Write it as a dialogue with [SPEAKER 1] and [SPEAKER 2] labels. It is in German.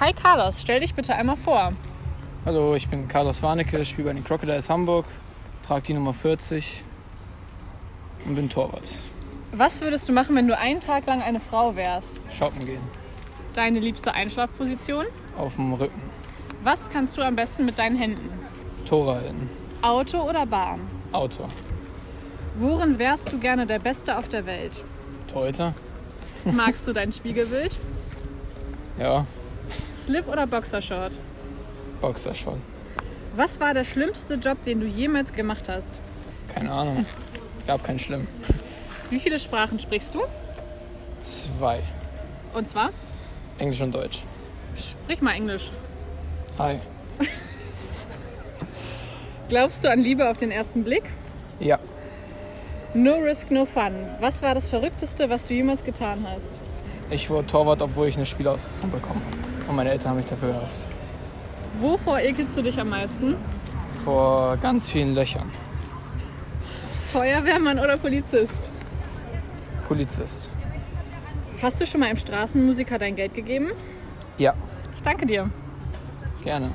[SPEAKER 1] Hi Carlos, stell dich bitte einmal vor.
[SPEAKER 2] Hallo, ich bin Carlos Warnecke, spiele bei den Crocodiles Hamburg, trage die Nummer 40 und bin Torwart.
[SPEAKER 1] Was würdest du machen, wenn du einen Tag lang eine Frau wärst?
[SPEAKER 2] Shoppen gehen,
[SPEAKER 1] Deine liebste Einschlafposition?
[SPEAKER 2] auf dem Rücken,
[SPEAKER 1] Was kannst du am besten mit deinen Händen?
[SPEAKER 2] Tore halten,
[SPEAKER 1] Auto oder Bahn?
[SPEAKER 2] Auto,
[SPEAKER 1] Worin wärst du gerne der Beste auf der Welt?
[SPEAKER 2] Torhüter,
[SPEAKER 1] Magst du dein Spiegelbild?
[SPEAKER 2] ja,
[SPEAKER 1] Slip oder Boxershort?
[SPEAKER 2] Boxer schon.
[SPEAKER 1] Was war der schlimmste Job, den du jemals gemacht hast?
[SPEAKER 2] Keine Ahnung, gab keinen schlimm.
[SPEAKER 1] Wie viele Sprachen sprichst du?
[SPEAKER 2] Zwei,
[SPEAKER 1] Und zwar,
[SPEAKER 2] Englisch und Deutsch.
[SPEAKER 1] sprich mal Englisch.
[SPEAKER 2] Hi.
[SPEAKER 1] Glaubst du an Liebe auf den ersten Blick?
[SPEAKER 2] Ja,
[SPEAKER 1] No risk, no fun. Was war das Verrückteste, was du jemals getan hast?
[SPEAKER 2] ich wurde Torwart, obwohl ich eine Spielausrüstung bekommen habe. Und meine Eltern haben mich dafür gehasst.
[SPEAKER 1] Wovor ekelst du dich am meisten?
[SPEAKER 2] Vor ganz vielen Löchern.
[SPEAKER 1] Feuerwehrmann oder Polizist?
[SPEAKER 2] Polizist.
[SPEAKER 1] Hast du schon mal einem Straßenmusiker dein Geld gegeben?
[SPEAKER 2] Ja,
[SPEAKER 1] Ich danke dir.
[SPEAKER 2] gerne.